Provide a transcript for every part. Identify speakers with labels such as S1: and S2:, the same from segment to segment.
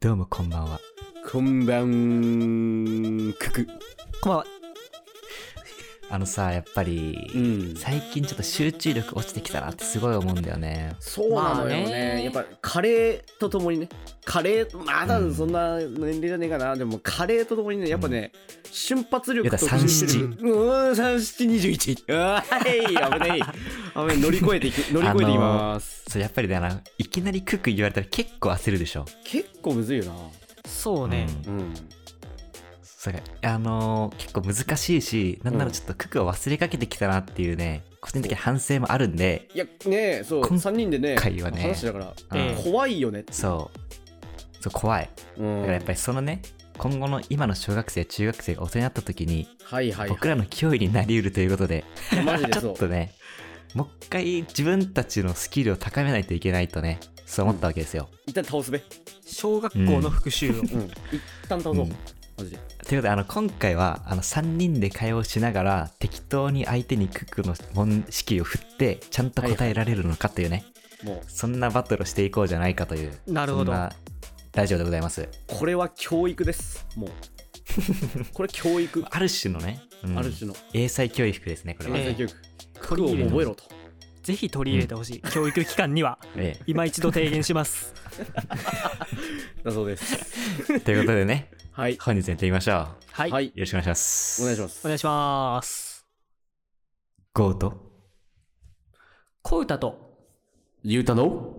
S1: どうもこんばんは。
S2: こんばんくく。
S1: こんばんは。あのさ、やっぱ
S2: う
S1: り、
S2: ん。
S1: 最近ちょっと集中力落ちてきたなってすごい思うんだよね。
S2: そうなのよね,、
S3: まあね
S2: やっぱカレーとともにねカレーまだそんな年齢じゃねえかな、でもカレーとともにねやっぱね、瞬発力と
S1: やっぱ三七
S2: 集中力うん三七二十一はい危ない危ない乗り越えて いく乗り越えていきます、
S1: そう、やっぱりだな、いきなりクック言われたら結構焦るでしょ。
S2: 結構むずいよな
S3: そうね、
S1: うん
S2: うん
S1: それあのー結構難しいし、なんならちょっとクックを忘れかけてきたなっていうね、個人的に反省もあるんで、
S2: いやねえそう
S1: 今
S2: 3人でね
S1: 回はね
S2: 話だから、
S1: うん
S3: ええ
S2: 怖いよね、
S1: そう、そう怖い。
S2: うん、
S1: だからやっぱりそのね、今後の今の小学生、中学生が大人になった時に、
S2: はいはい、
S1: 僕らの脅威になりうるということで、
S2: マジで
S1: ち
S2: そ
S1: ょ
S2: う
S1: っとね、もう一回自分たちのスキルを高めないといけないとね、そう思ったわけですよ。
S2: 一旦倒すべ
S3: 小学校の復習を、
S2: うん一旦倒そう、
S1: うん
S2: マジで
S1: ということで、あの、今回は、あの、3人で会話をしながら、適当に相手にクックの問式を振って、ちゃんと答えられるのかというね、
S2: もう
S1: そんなバトルをしていこうじゃないかという、
S3: なるほど
S1: そんなラジオでございます。
S2: これは教育ですもうこれ教育
S1: ある種のね、うん
S2: ある種の
S1: 英才教育ですね、これは
S2: 英
S1: ね。
S2: 才教育
S3: 取
S2: 覚悟
S3: り
S2: を
S3: 入れて
S2: 覚えろと
S3: ぜひ取り入れてほしい、教育機関 には
S1: え
S3: 今一度提言します
S2: だそうです
S1: えということで ね、
S2: はい
S1: 本日やっていきましょう。よ
S3: はい、
S2: はい
S1: ろしくお願いします。。
S2: お願いしますす
S3: お願いします
S1: ゴート。
S3: 小歌と
S2: ゆうたの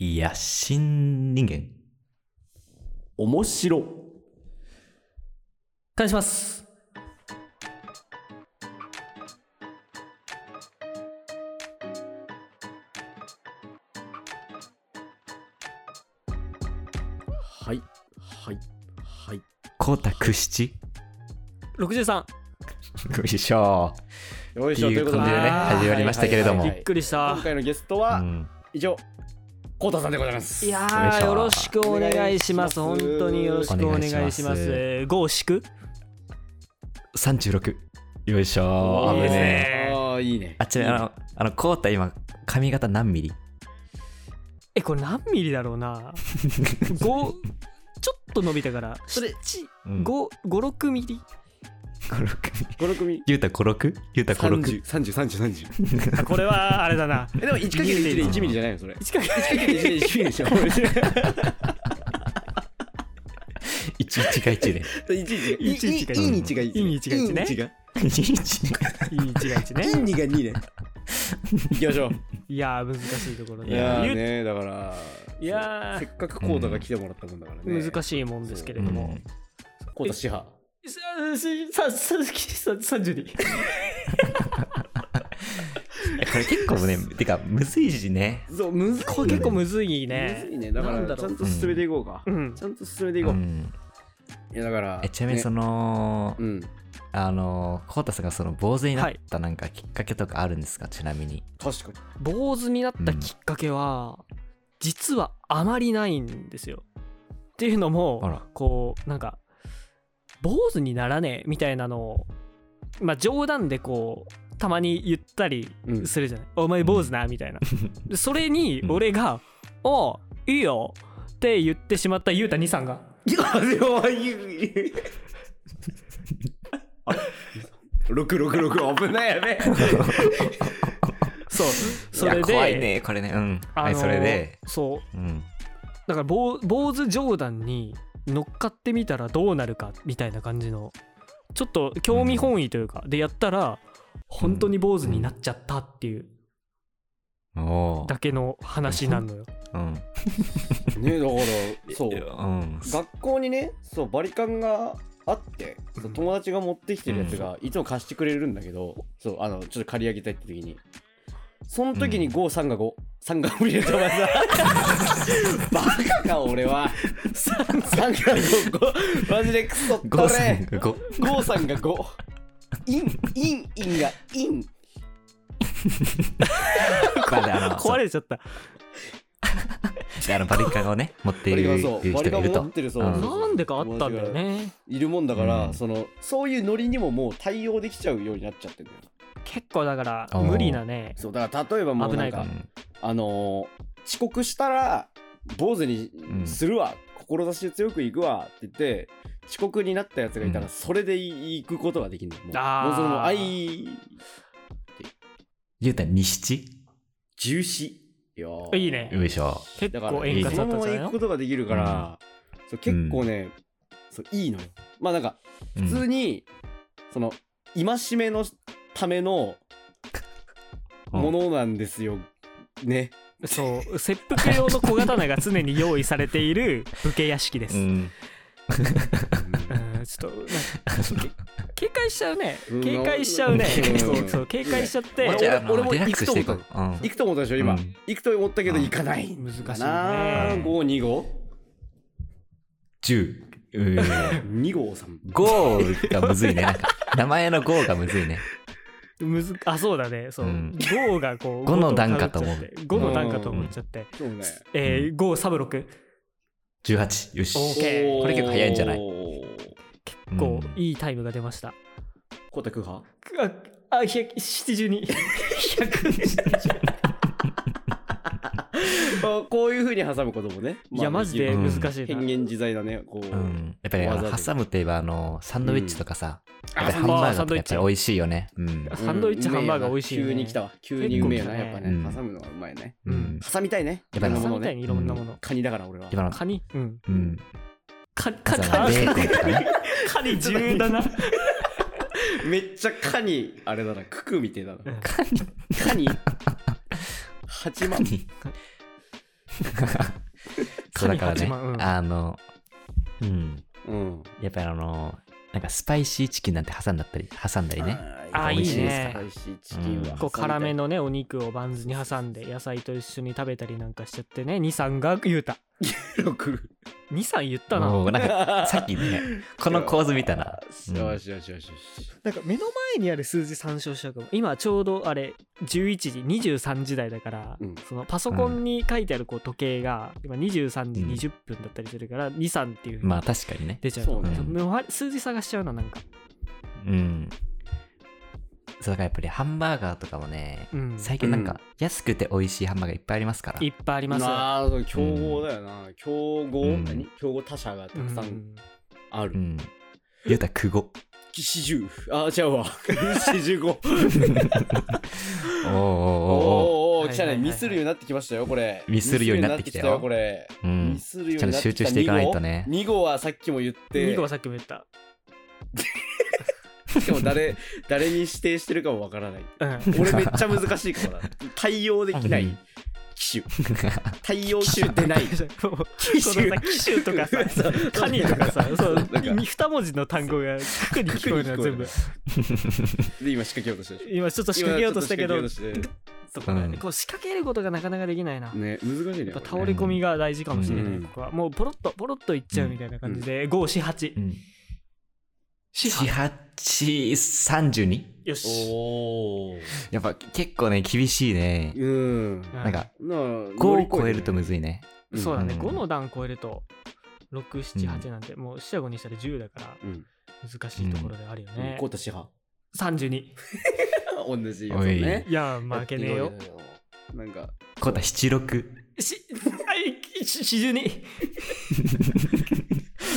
S1: 野心人間。
S2: 面白
S3: 返します
S2: はいはいはい
S1: コータクシチ。
S3: 63
S1: よいしょ。
S2: よい
S1: っていう感じでね、
S3: あー
S1: 始まりましたけれども。
S2: はいはい
S3: び
S2: はい
S3: っくりした、
S2: 今回のゲスト
S1: う
S2: は
S1: ん
S2: 以上こうたさんでございます
S3: いや
S1: よいし
S3: ー
S1: ょ
S3: よろしくお願いします
S2: お願
S3: 本
S2: いします
S3: 当によろしくお願いし
S1: お
S3: ま
S1: 願いします
S3: す合宿
S1: 36。よいしょ。
S2: あ
S1: 危ねえ
S2: ー
S3: いいね
S2: あーいいね
S1: あ、ちなみにあの、あの、コータ今、髪型何ミリ
S3: えこれ何ミリだろう な5ちょっと伸びたから
S2: それ
S1: うん
S3: 556ミ リ
S1: 5、6。
S2: 五六組
S1: ゆうた5、6? ゆうた5、6。
S2: 三十三十三十
S3: あこれはあれだな
S2: えでも一かける一で一ミリじゃないのそれ一
S3: 一か
S2: か ける一で一ミリでしょ
S1: 11が1で。
S2: いちいち
S3: いちいちが
S2: いいにちがいいですね
S3: いいにちがいいですね
S2: いにちが
S1: 11が
S3: いい一が一ね
S2: いいにが2ねいきましょう
S3: いやー難しいところ
S2: い
S3: で
S2: やー
S3: ゆ
S2: ねだから
S3: いやー
S2: せっかくコータが来てもらったもんだからね
S3: 難
S2: い
S3: しいもんですけれ
S1: う
S3: ども
S1: ん。
S2: コータ支配
S3: ささささ三十に
S1: えこれ結構ね、てか、むずいしね。。
S2: そうむずい
S3: これ結構むずい
S2: ねむず
S3: ね
S2: いねだか
S3: なんだ
S2: らち
S3: ろ
S2: ゃ
S3: うん
S2: と進めていこうか
S3: うん
S2: ちゃんと進めていうこうんいやだから
S1: えちなみにそ
S2: の
S1: の、
S2: うん
S1: あのコータさんがその坊主になったなんかきっかけとかあるんですか、ちなみに
S2: 確かに
S3: 坊主になったきっかけは実はあまりないんですよっていうの
S1: あ
S3: も
S1: ら
S3: こうなんか坊主にならねえみたいなのをまあ冗談でこうたまに言ったり
S2: うん
S3: するじゃない、お前坊主なみたいなでそれに俺が「おういいよ」って言ってしまったゆうた兄さんが
S2: いやでもい 六六六危ないやべ
S3: そうそれで
S1: いや怖いねこれねうんは
S3: あ
S1: い
S3: の
S1: それで
S3: そう
S1: うん
S3: だから坊坊主冗談に乗っかってみたらどうなるかみたいな感じのちょっと興味本位というか、でやったら本当に坊主になっちゃったっていう
S1: おー
S3: だけの話なのよ。
S1: うん
S2: ねだからそ
S1: いうやうん
S2: 学校にねそうバリカンがあってそう友達が持ってきてるやつがいつも貸してくれるんだけど、そうあのちょっと借り上げたいって時にその時
S1: う
S2: に
S1: ん
S2: 53が53が入れた らさバカか俺は3が5マジでクソっ
S1: ゴー
S2: と
S1: さん
S2: ね
S1: がゴー
S2: 53が5インインインがイン
S1: まであの
S3: 壊れちゃっ
S1: そ
S3: た。
S1: うであのバリカンをね持ってい
S2: バリカ
S1: る
S2: ンそ
S1: 人
S2: う
S1: がいる
S2: バリカン持
S1: と
S2: ってるそう
S1: うん
S3: なんでかあったんだよね。
S2: いるもんだから、
S1: うん
S2: そのそういうノリにももう対応できちゃうようになっちゃってんだよ
S3: 結構だから
S1: おー
S3: 無理なね。
S2: そうだから例えばもうなん
S3: 危な
S2: か
S1: う
S3: いか
S1: ん
S2: あのー遅刻したら坊主に
S1: ん
S2: するわ、志強くいくわって言って遅刻になったやつがいた
S1: う
S2: ら
S1: ん
S2: それでい行くことができんの、もう
S3: あー
S2: もうそれもうあい
S1: ゆうた、二七
S2: 重視よ
S3: いいね
S1: よいしょ。
S3: 結
S2: だから
S3: 構
S2: ね
S3: 円滑
S2: そ
S3: だ
S2: の
S3: った
S2: まま
S3: んじゃない
S2: 行く
S3: の
S2: ことができるから、そう結構ね、そういいのよまあなんか
S1: う
S2: 普通
S1: ん
S2: に、その戒めのためのものなんですよ、 ね
S3: そう切腹用の小刀が常に用意されている武家屋敷です、
S1: う
S3: うん
S1: ん。
S3: ちょっとなんかけ警戒しちゃうね
S2: うん
S3: 警戒しちゃうね
S2: うん
S3: そうそう警戒しちゃって
S2: いや
S1: じゃああの
S2: 俺俺も
S1: リラックスしていこ
S2: 行
S1: う
S2: く。
S1: うん
S2: 行くと思ったでしょ今、
S1: うん
S2: 行くと思ったけど
S1: うん
S2: 行かない
S3: 難しいね
S2: な525
S1: 十。うーん
S2: 2号さん
S1: ゴーがむずいね。なんか名前のゴーがむずいね。
S3: むずあそうだねそう、
S1: うん
S3: 5がこう
S1: 五の段かと思う
S3: 5の段かと思っちゃって、
S2: そうね
S3: えー、5サブロック
S1: 十八。よし。
S3: オーケー
S1: これ結構早いんじゃない
S3: 結構
S1: うん
S3: いいタイムが出ました、
S2: コタクハ
S3: ああ172 172
S2: こういうふうに挟むこともね、
S3: いやマジで
S1: うん
S3: 難しいな、
S2: 変幻自在だねこう、
S1: うん。やっぱりあ
S2: わ
S1: の
S2: ざと
S1: 挟むといえばあのサンドイッチとかさ、
S2: うん
S1: やっぱりハン
S3: あ
S1: バーガ
S3: サン
S1: ー
S3: ド
S1: とか
S3: イ
S1: や
S3: ッ
S1: っ
S3: チ
S1: ぱり美味しいよね。うん。
S3: サンドイッチハンバーガー美味しいよ
S2: 急
S3: ね
S2: に来たわ急にうめえな
S3: 結構
S2: やっぱ
S1: う
S2: ね、
S1: ん
S2: 挟むのはうまいね
S1: うん。
S2: 挟みたいね
S1: やっぱり
S2: いろんな
S3: 朝
S2: もの
S3: みたい
S2: ね
S3: にいろんなもの、
S2: カニだから俺は
S1: 今の
S3: カニうん
S1: うん。
S3: カカ
S1: あ
S3: カ
S1: と
S3: カ
S1: はベーコンとかね。
S3: ニ重だな
S2: めっちゃカニあれだなククみてえだな
S1: カニ。
S2: カニ 8万
S1: そうだから
S3: カニ八
S1: ね、
S3: 万うん
S1: あの、うん。
S2: うん
S1: やっぱりあの、なんかスパイシーチキンなんて挟んだったり、挟んだりね。
S3: あー
S2: 美味し
S3: いいね
S2: 美味しいチキンは、
S3: こう辛めのねお肉をバンズに挟んで野菜と一緒に食べたりなんかしちゃってね23が言うた
S2: 6
S3: 23言ったな
S1: もうなんかさっきね、この構図見たな。うん
S2: よしよしよしよし
S3: なんか目の前にある数字参照しちゃうかも今ちょうどあれ11時23時台だから、
S2: うん
S3: そのパソコンに書いてあるこう時計が今23時20分だったりするから、23っていう風に
S1: まあ確かにね。
S3: 出ちゃう
S2: そう
S1: ね
S3: 目の前数字探しちゃうななんか、
S1: うん。そうだからやっぱりハンバーガーとかもね
S3: う、ん、
S1: 最近なん
S2: うん
S1: か安くて美味しいハンバーガーいっぱいありますから。
S3: いっぱいあります
S2: ああ、そう競合だよな。競合、
S1: うん
S2: 何競合他社がたくさ
S3: うんん
S2: あ
S1: う
S2: る。
S1: ん。ゆうたくご。
S2: 四十、ああ、違うわ。四十五。
S1: おーおーお
S2: お
S1: ーお
S2: お
S3: おー
S2: おー、来た
S3: はいはいは
S2: ね。
S3: い
S2: ミスるようになってきましたよ、これ。
S1: ミスるようになってきたよ
S2: ミスるようになってきたよこれ。
S1: ー。うん
S2: ミ。スるよ
S1: ち
S2: う
S1: ゃん
S2: に
S1: と
S2: なって
S1: 集
S2: きた
S1: 中していかないとね。
S2: 2号はさっきも言って、
S3: 2個はさっきも言った、
S2: しかも誰誰に指定してるかもわからない。
S3: うん、
S2: 俺めっちゃ難しいかもな。対応できない機種。対応機種出ない。
S3: もう
S2: 機
S3: そのさ機種とかさ カニとかさそう
S2: なんか
S3: 二文字の単語が服に聞こえるの全部
S2: で、今仕掛けようとしてるでしょ。
S3: 今ちょっと仕掛けようとしたけど
S2: 今ちょっと仕掛けようとして
S3: そこがねこう仕掛けることがなかなかできないな、
S2: ね、難しいね。
S3: やっぱ
S2: これね
S3: 倒れ込みが大事かもしれない、
S2: うん
S3: ここはもうポロッとポロッといっちゃうみたいな感じで、5四 8
S1: うん。
S3: 四
S1: 四
S3: 8
S1: 八三十二
S3: よし
S2: おお。
S1: やっぱ結構ね、厳しいね。
S2: うん。
S3: うん
S1: なんか、
S2: な
S1: 5を超えるとむずいね。
S2: うん
S3: そうだね、
S1: うん
S3: 5の段超えると678
S1: う
S3: なんて、もう四捨五にしたら10だから
S2: うん。
S3: 難しいところであるよね、
S2: コータシハ。
S3: 32
S2: 同じ
S1: おい
S2: ね。
S3: いや負けねえよ。
S2: なんか、
S1: コータ七六。
S3: しはいし42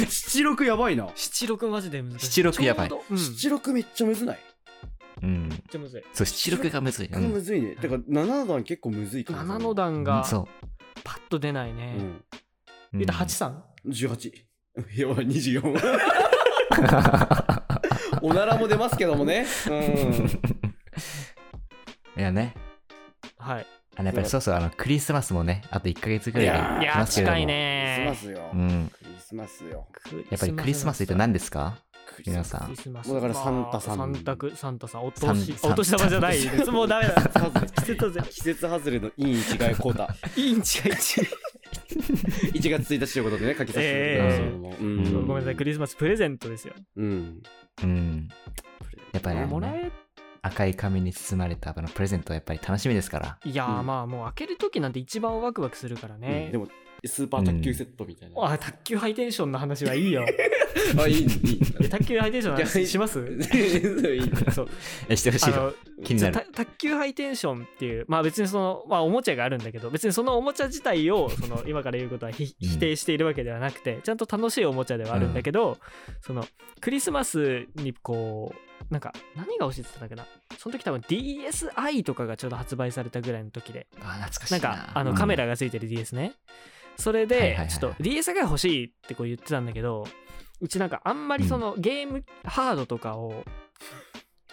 S2: 七六やばいな。
S3: 七六マジで難しい。
S1: 七六やばい
S3: ちょうどうん、めっ
S2: 七六めっちゃむずない。
S1: うん。
S3: ちゃむずい。
S1: そう、七六がむずい。う
S2: む
S1: ん。
S2: ずいね。だから七段結構むずいかも。
S3: 七の段
S1: う
S3: が
S1: んそ
S3: パッと出ないうね。
S2: ん。
S1: う。
S3: 言うた八三。
S2: 十八。 やばい二十 四。おならも出ますけどもね。うん。
S1: うんいやね。
S3: はい。
S1: あのやっぱりそうそう、あの、クリスマスもね、あと1ヶ月ぐらい
S3: い
S1: で来
S3: や
S1: ますけれども。
S3: 近い
S2: クリスマ
S3: ね。
S2: スよ
S1: う。ん。
S2: クリスマスよ。
S1: やっぱりクリスマスって何ですか
S2: クリスマ
S1: 皆
S2: ス
S1: さ
S3: クリ
S1: ん。
S3: スマス
S2: もうだからサンタさん
S3: サンタクサンタさんお
S1: サ
S3: 年
S1: ン
S3: お年玉じゃないです。もうダメだ。季節外れ。
S2: 季節外れのいい一概コータ。
S3: いい んちがいち。
S2: 1月1日ということでね、書きさせていただきましたけども。う
S1: ええ
S3: ごめんなさいクリスマスプレゼントですよ。
S2: うん。
S1: うん。やっぱりあ
S3: も
S1: の
S3: ら
S1: ね、
S3: え
S1: 赤い紙に包まれたあのプレゼントはやっぱり楽しみですから。
S3: いやー
S2: うん
S3: まあもう開ける時なんて一番ワクワクするから
S2: うん
S3: ね
S2: で。もスーパー卓球セットみたいな。
S3: あ卓球ハイテンションの話はいいよ
S2: あ、いいね、いい
S3: え卓球ハイテンションの話します
S2: ねいいね。
S3: そう
S1: えしてほしいよ気になる
S3: そうた卓球ハイテンションっていうまあ別にその、まあ、おもちゃがあるんだけど別にそのおもちゃ自 体をその今から言うことはひ
S1: うん
S3: 否定しているわけではなくて、ちゃんと楽しいおもちゃではあるんだけど、そのクリスマスにこうなんか何が欲しいって言ってたんだっけなその時多分 DSi とかがちょうど発売されたぐらいの時で
S1: あ懐かしい
S3: な
S1: なん
S3: かあのカメラがついてる DS ね、そ
S1: は
S3: れ
S1: いはい
S3: で
S1: はいはい
S3: ちょっと DS が欲しいってこう言ってたんだけどうちなんかあんまりそのゲームハードとかを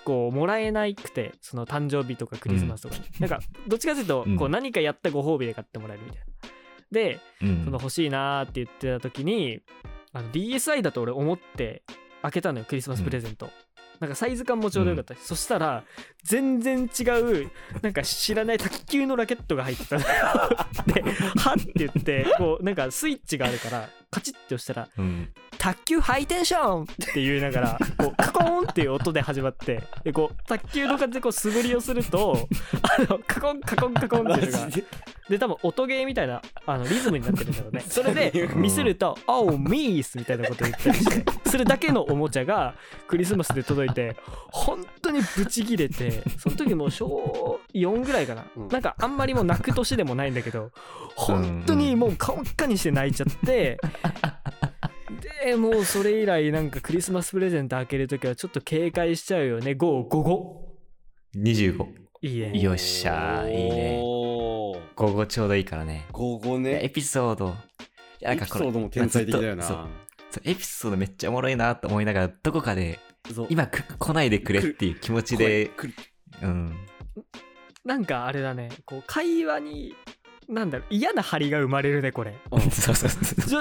S3: こうもらえないくてその誕生日とかクリスマスとかに、なんかどっちかというと
S1: うん
S3: こう何かやったご褒美で買ってもらえるみたいなで
S1: うん
S3: その欲しいなーって言ってた時にあの DSi だと俺思って開けたのよクリスマスプレゼント、なんかサイズ感もちょうどよかったし、そしたら全然違うなんか知らない卓球のラケットが入ってた のよで「はっ」って言ってこうなんかスイッチがあるからカチッて押したら
S1: うん
S3: 「卓球ハイテンション!」って言いながらこうカコーンっていう音で始まってでこう卓球の感じでこう素振りをするとあのカコンカコンカコンっ
S2: マ
S3: ていうのが
S2: ジで。
S3: で多分音ゲーみたいなあのリズムになってるんだろうね それで
S1: うん
S3: ミスると「Oh, miss」みたいなこと言ったりして それだけのおもちゃがクリスマスで届いて本当にブチギレてその時もう小4ぐらいかな、
S2: うん
S3: なんかあんまりもう泣く年でもないんだけど本当にもう顔っかにして泣いちゃって。でもうそれ以来なんかクリスマスプレゼント開ける時はちょっと警戒しちゃうよね55
S1: 25
S3: いいね
S1: よっしゃーいいね
S2: おー。
S1: 午後ちょうどいいからね
S2: 午後
S1: いやエ
S2: ね。
S1: ピソードいや
S2: エ
S1: な
S2: ピ
S1: んかこ
S2: ソ
S1: れ
S2: ードも天才的だよな。
S1: ずっとそうエピソードめっちゃおもろいなと思いながらどこかで
S2: そう
S1: 今く来ないでくれっていう気持ちで
S2: これ
S1: う
S2: く
S1: ん
S3: なんかあれだねこう会話になんだろう嫌な張りが生まれるねこれ
S1: そうそうそう
S3: じゃ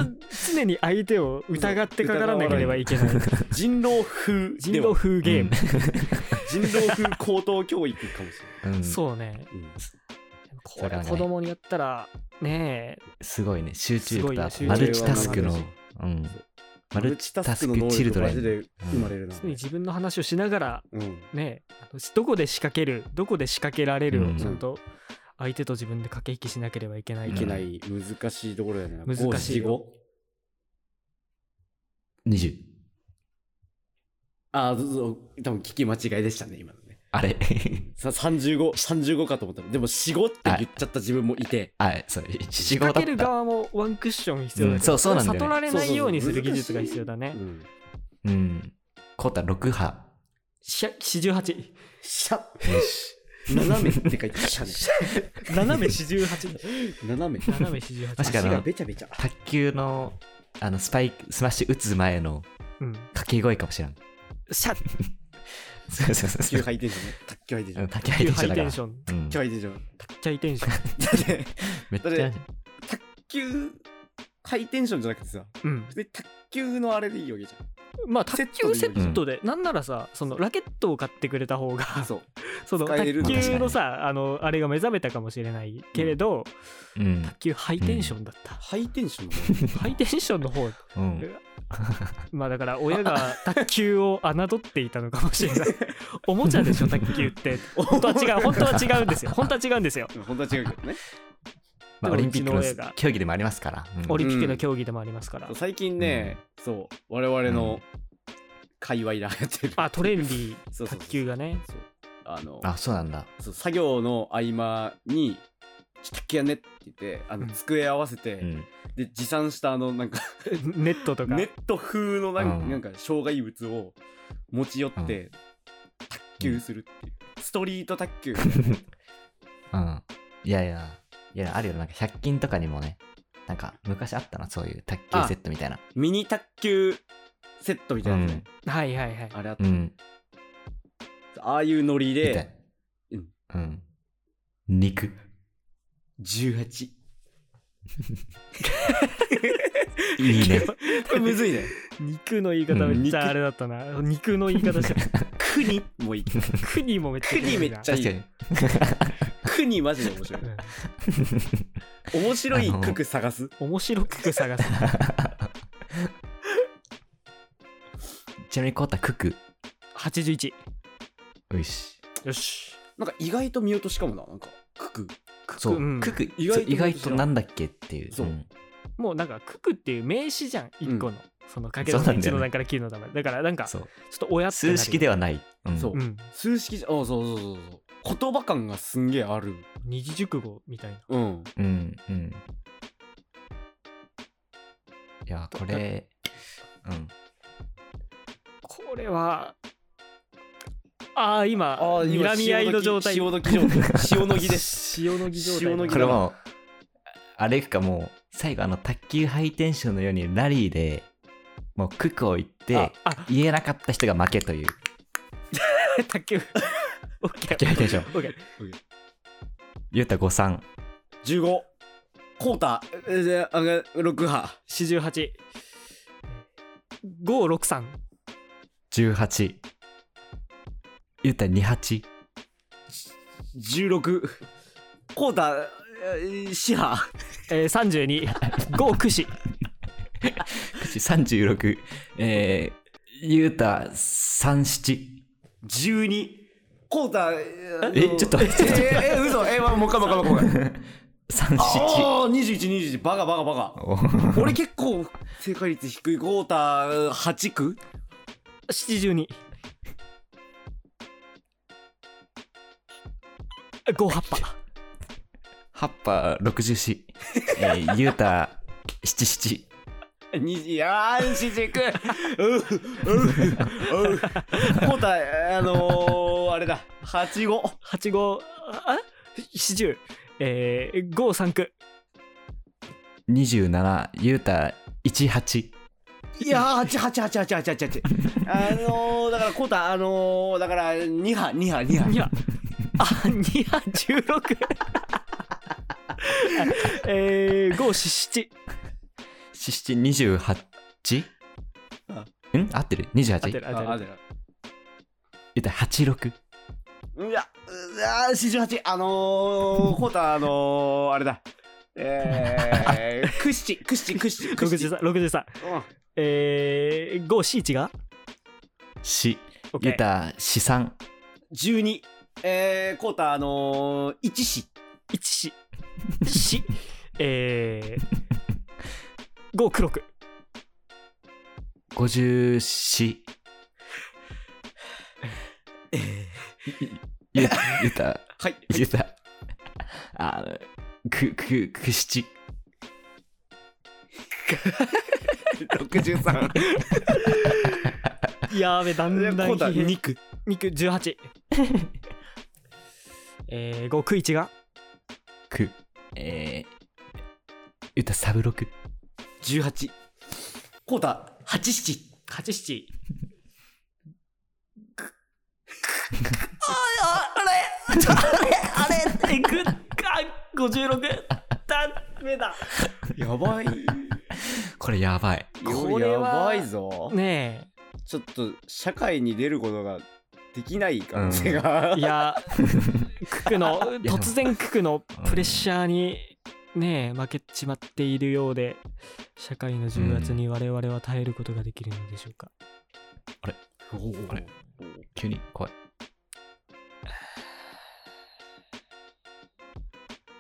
S3: 常に相手を疑ってかからなければい けない
S2: 人狼風
S3: 人狼風ゲーム、
S2: 人狼風高等教育かもし
S1: うん
S3: そう ね
S2: れない、
S3: こ
S1: それ
S3: れ
S1: はね
S3: 子供にやったらねえ
S1: すごいね集中力とあと
S3: すご
S1: マ
S3: いね集
S1: ルチ
S3: 中力
S1: タスクの
S2: は
S1: うん
S2: そう
S1: マルチタスクチルドレ
S2: マジ
S1: ン
S2: で生まれるな、
S3: 常に自分の話をしながら
S2: うん、
S3: ねえあのどこで仕掛けるどこで仕掛けられる
S1: う
S3: を
S1: ん
S3: ちゃんと相手と自分で駆け引きしなければいけない
S2: いけない難しいところやな、
S3: 難しいよ
S2: 五七五
S1: 20
S2: ああそう多分聞き間違いでしたね今のね
S1: あれ
S2: さ3535かと思ったでも四五って言っちゃった自分もいて
S1: あそう仕
S3: 仕
S1: 事
S3: 掛
S1: だ
S3: け
S1: っ
S3: る
S1: た
S3: 側もワンクッション必要だけど
S1: うんそうそうなんだよね
S3: 悟られないようにする技術が必要だね
S2: うん
S1: うんコータ6波
S3: しゃ48
S2: シャ
S1: よし
S2: 斜めって書いてシャね
S3: 斜め48
S2: 斜め
S3: 斜め
S1: 確
S3: 48
S1: か
S2: 足
S1: に
S2: がべちゃべちゃ
S1: 卓球のあのスパイクスマッシュ打つ前の
S3: うん
S1: 掛け声かもしれん
S3: シャッ
S1: そうそうそうそ
S2: 卓球
S1: う
S2: ハイテンションね卓球ハイテンション
S1: うん竹入ってきたからう
S3: ハイテンション
S1: ん
S2: 卓球ハイテンション
S3: ちっちゃいテンション
S2: だって
S1: めっちゃ
S2: 卓球ハイテンションじゃなくてさ
S3: うん
S2: 普通に卓球のあれでいいわけじ
S3: まあ
S2: セッ
S3: 卓
S2: トで
S3: 球
S2: いい
S3: セ
S2: よね
S3: ットで、なんならさそのラケットを買ってくれた方が
S2: ゃんそう
S3: その
S2: 使える
S3: 卓
S2: の
S3: 球のさあのあれが目覚めたかもしれないけれど、
S1: うん
S3: 卓球ハイテンションだった、
S2: ハイテンションの
S3: ハイテンションの 方
S1: うん
S3: まあだから親が卓球を侮っていたのかもしれない おもちゃでしょ卓球って 本当は違う本当は違うんですよ本当は違うんですよ
S2: うん本当は違うけどね
S1: まあ
S3: で
S1: オ
S3: も
S1: リンピック
S3: うちの親
S1: の
S3: が
S1: 競技でもありますからうん
S3: オリンピックの競技で もありますから、
S2: 最近ね、そう我々の界隈で流行ってる、
S3: あトレンディ
S2: そうそ
S3: ー
S2: うそう
S3: 卓球がね
S2: そうあの
S1: あそうなんだ
S2: そう作業の合間に「ちょっと卓球やんね」って言ってあの、
S3: うん
S2: 机合わせて、
S1: うん
S2: で持参したあのなんか
S3: ネットとか、
S2: ネット風のなんか,、
S1: うん
S2: なんか障害物を持ち寄って、卓球するっていう、ストリート卓球
S1: うん。 いやいや、いや、あるよ。なんか、100均とかにもね、なんか、昔あったな、そういう卓球セットみたいな。
S2: ミニ卓球セットみた
S1: う
S2: いなやつ
S1: ん
S2: ね、。
S3: はいはいはい
S2: あれあった、
S1: うん。
S2: ああいうノリ
S1: みた
S2: で
S1: い。
S2: うん
S1: うん。肉。
S2: 18
S1: いいね。
S2: これむずいね
S3: 肉の言い方めっちゃあれだったな、肉の言い方してた
S2: 国もいい
S3: 国もめっちゃ
S2: 国めっちゃい
S1: 確
S2: い
S1: かに。
S2: 国マジで 面白い面白い区探す
S3: うん面白く探す
S1: ちなみに、こうたクク。
S3: 81
S1: よし。
S3: よし
S2: なんか意外と見落としかもななんかクク
S1: そうう、
S3: ん
S1: クク、
S2: 意
S1: 意
S2: 外
S1: 外
S2: と
S1: と意外となんだっけっていう。
S2: そうん
S3: もうなんか九九っていう名詞じゃん一個の、そのかけ
S1: そ
S3: る
S1: うなんだよね
S3: 1の段から9の段までだからなんかち
S1: そ
S3: ょ
S1: う
S3: っと親ってなるよ
S1: 数式ではない、うん
S2: そう
S3: うん
S2: 数式じゃあそうそうそうそう言葉感がすんげえある
S3: 二字熟語みたいな
S2: うん
S1: うんうんいやこれうん
S3: これはああ今
S2: あー今
S3: 睨み合いの状態
S2: 潮時潮時状態潮の儀です
S3: 潮の儀状態
S2: 潮の儀
S1: これもうあれかもう最後あの卓球ハイテンションのようにラリーでもうククを言って
S3: ああ
S1: 言えなかった人が負けという
S3: 卓球オッケ
S1: 卓球
S3: ー
S1: ハイテンション
S3: オッケー
S1: ゆうたごさん
S2: 15コータえーあが6波
S3: 四十八五六三
S1: 18ゆうた28
S2: 16コータえー四波
S3: 三十二五九四
S1: 36えー、ゆうた37
S2: 12コータえー
S1: えちょっと待って
S2: えーえー嘘えーまもう一回もう一回もう一回
S1: 37
S2: ああ2121バカバカバカ
S1: おー
S2: 俺結構正解率低いコータ8区
S3: 七十二五八八
S1: 葉っぱ64、えー、ゆうた77
S2: にじやーんしじくううううコータあのー、あれだ85
S3: 八五あ四十えー五三九
S1: 27ゆうた18
S2: いやー888888あのー、だからコータあのー、だから2波2波2波
S3: にゃあにゃ十六えー五四七
S1: 7728ん合ってる
S3: 当て
S1: ?28?
S3: る当てる
S1: ゆうた86
S2: いや、うわー、四十八、あのー、コータ、あのー、あれだ。え ー、クッシ、クッシ、クッシ、クッ
S3: 六
S2: シ。
S3: 十
S2: うん
S3: 三六十三えー五四一が
S1: し
S3: OK
S1: ゆうた43
S2: 十二、えー、コータ、あのー、一四。
S3: 一四四えー五九六
S1: 54ゆうゆうた
S2: はい。
S1: ゆうたあのくくく七
S2: 六十三。
S3: やーべだんだん
S2: コータ、
S3: 疲弊
S2: 二区。
S3: 肉十八。 えー、五九一が
S1: くえーゆうた三六
S2: 十八。コータ、八七。
S3: 八七。あああれあれあれえぐっか五十六だめだ。
S2: や ばい。
S1: これやばい
S3: これ
S2: や
S3: は
S2: ばいぞ。
S3: ね
S2: ちょっと、社会に出ることが。できない可能性
S3: え
S2: が。
S3: いやククの
S1: や
S3: 突然ククのプレッシャーにねえ負けちまっているようで社会の重圧に我々は耐えることができるのでしょうか。
S2: おー
S1: あれ急に怖い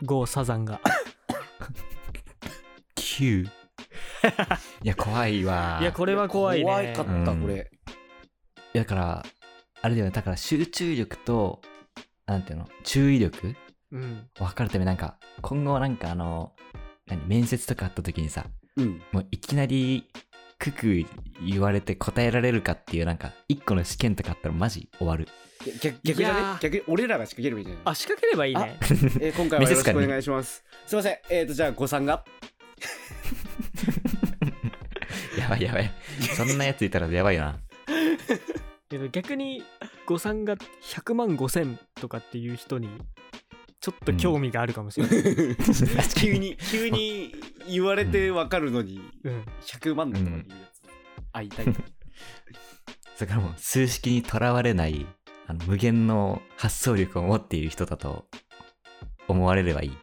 S3: 五サザンが。
S1: 9 いや怖いわ
S3: いやこれは怖いね。
S2: 怖かった、
S1: うん
S2: これ。
S1: いやだからあれだよねだから集中力となんていうの注意力
S3: うん。
S1: 分かるためなんか今後なんかあの何面接とかあった時にさ
S2: うん。
S1: もういきなりクク言われて答えられるかっていうなんか一個の試験とかあったらマジ終わる
S2: 逆逆じゃ
S3: いや
S2: ね
S3: ー
S2: 逆に俺らが仕掛ければいいんじゃない
S3: あ仕掛ければいいね。
S2: えー今回はよろしくお願いします。すいません。えっ、と、じゃあ、誤算 が。
S1: やばいやばいそんなやついたらやばいよな
S3: けど逆に誤算が100万5000とかっていう人にちょっと興味があるかもしれない、
S2: 急に、急に言われてわかるのに、
S3: うん
S2: 100万とかいうやつ。会いたい。
S1: それからもう数式にとらわれないあの無限の発想力を持っている人だと思われればいい、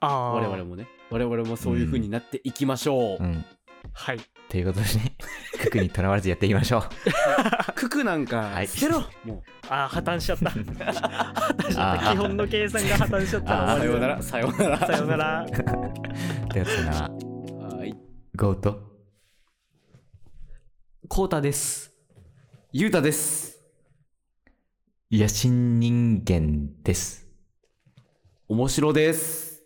S3: あ あ
S2: 我々もね。我々もそういう風になっていきましょう
S1: う。ん、
S3: はい
S1: ということでね ククにとらわれずやっていきましょう
S2: ククなんか
S1: は、い
S2: 捨てろ も
S3: ああ破綻しちゃっ た破綻しちゃっ
S1: あ
S3: た
S1: ー
S3: 基本の計算が破綻しちゃった
S2: う。
S1: あー
S2: さようなら、さようなら。
S3: さようなら
S1: ではさよなら
S2: は
S1: ゴート。
S3: コータです。
S2: ゆうたです。
S1: 野心人間です。
S2: 面白です。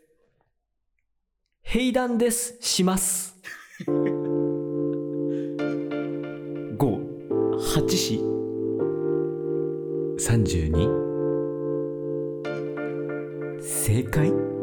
S3: 平壇です。します。
S2: 五、八四、
S1: 32
S2: 正解。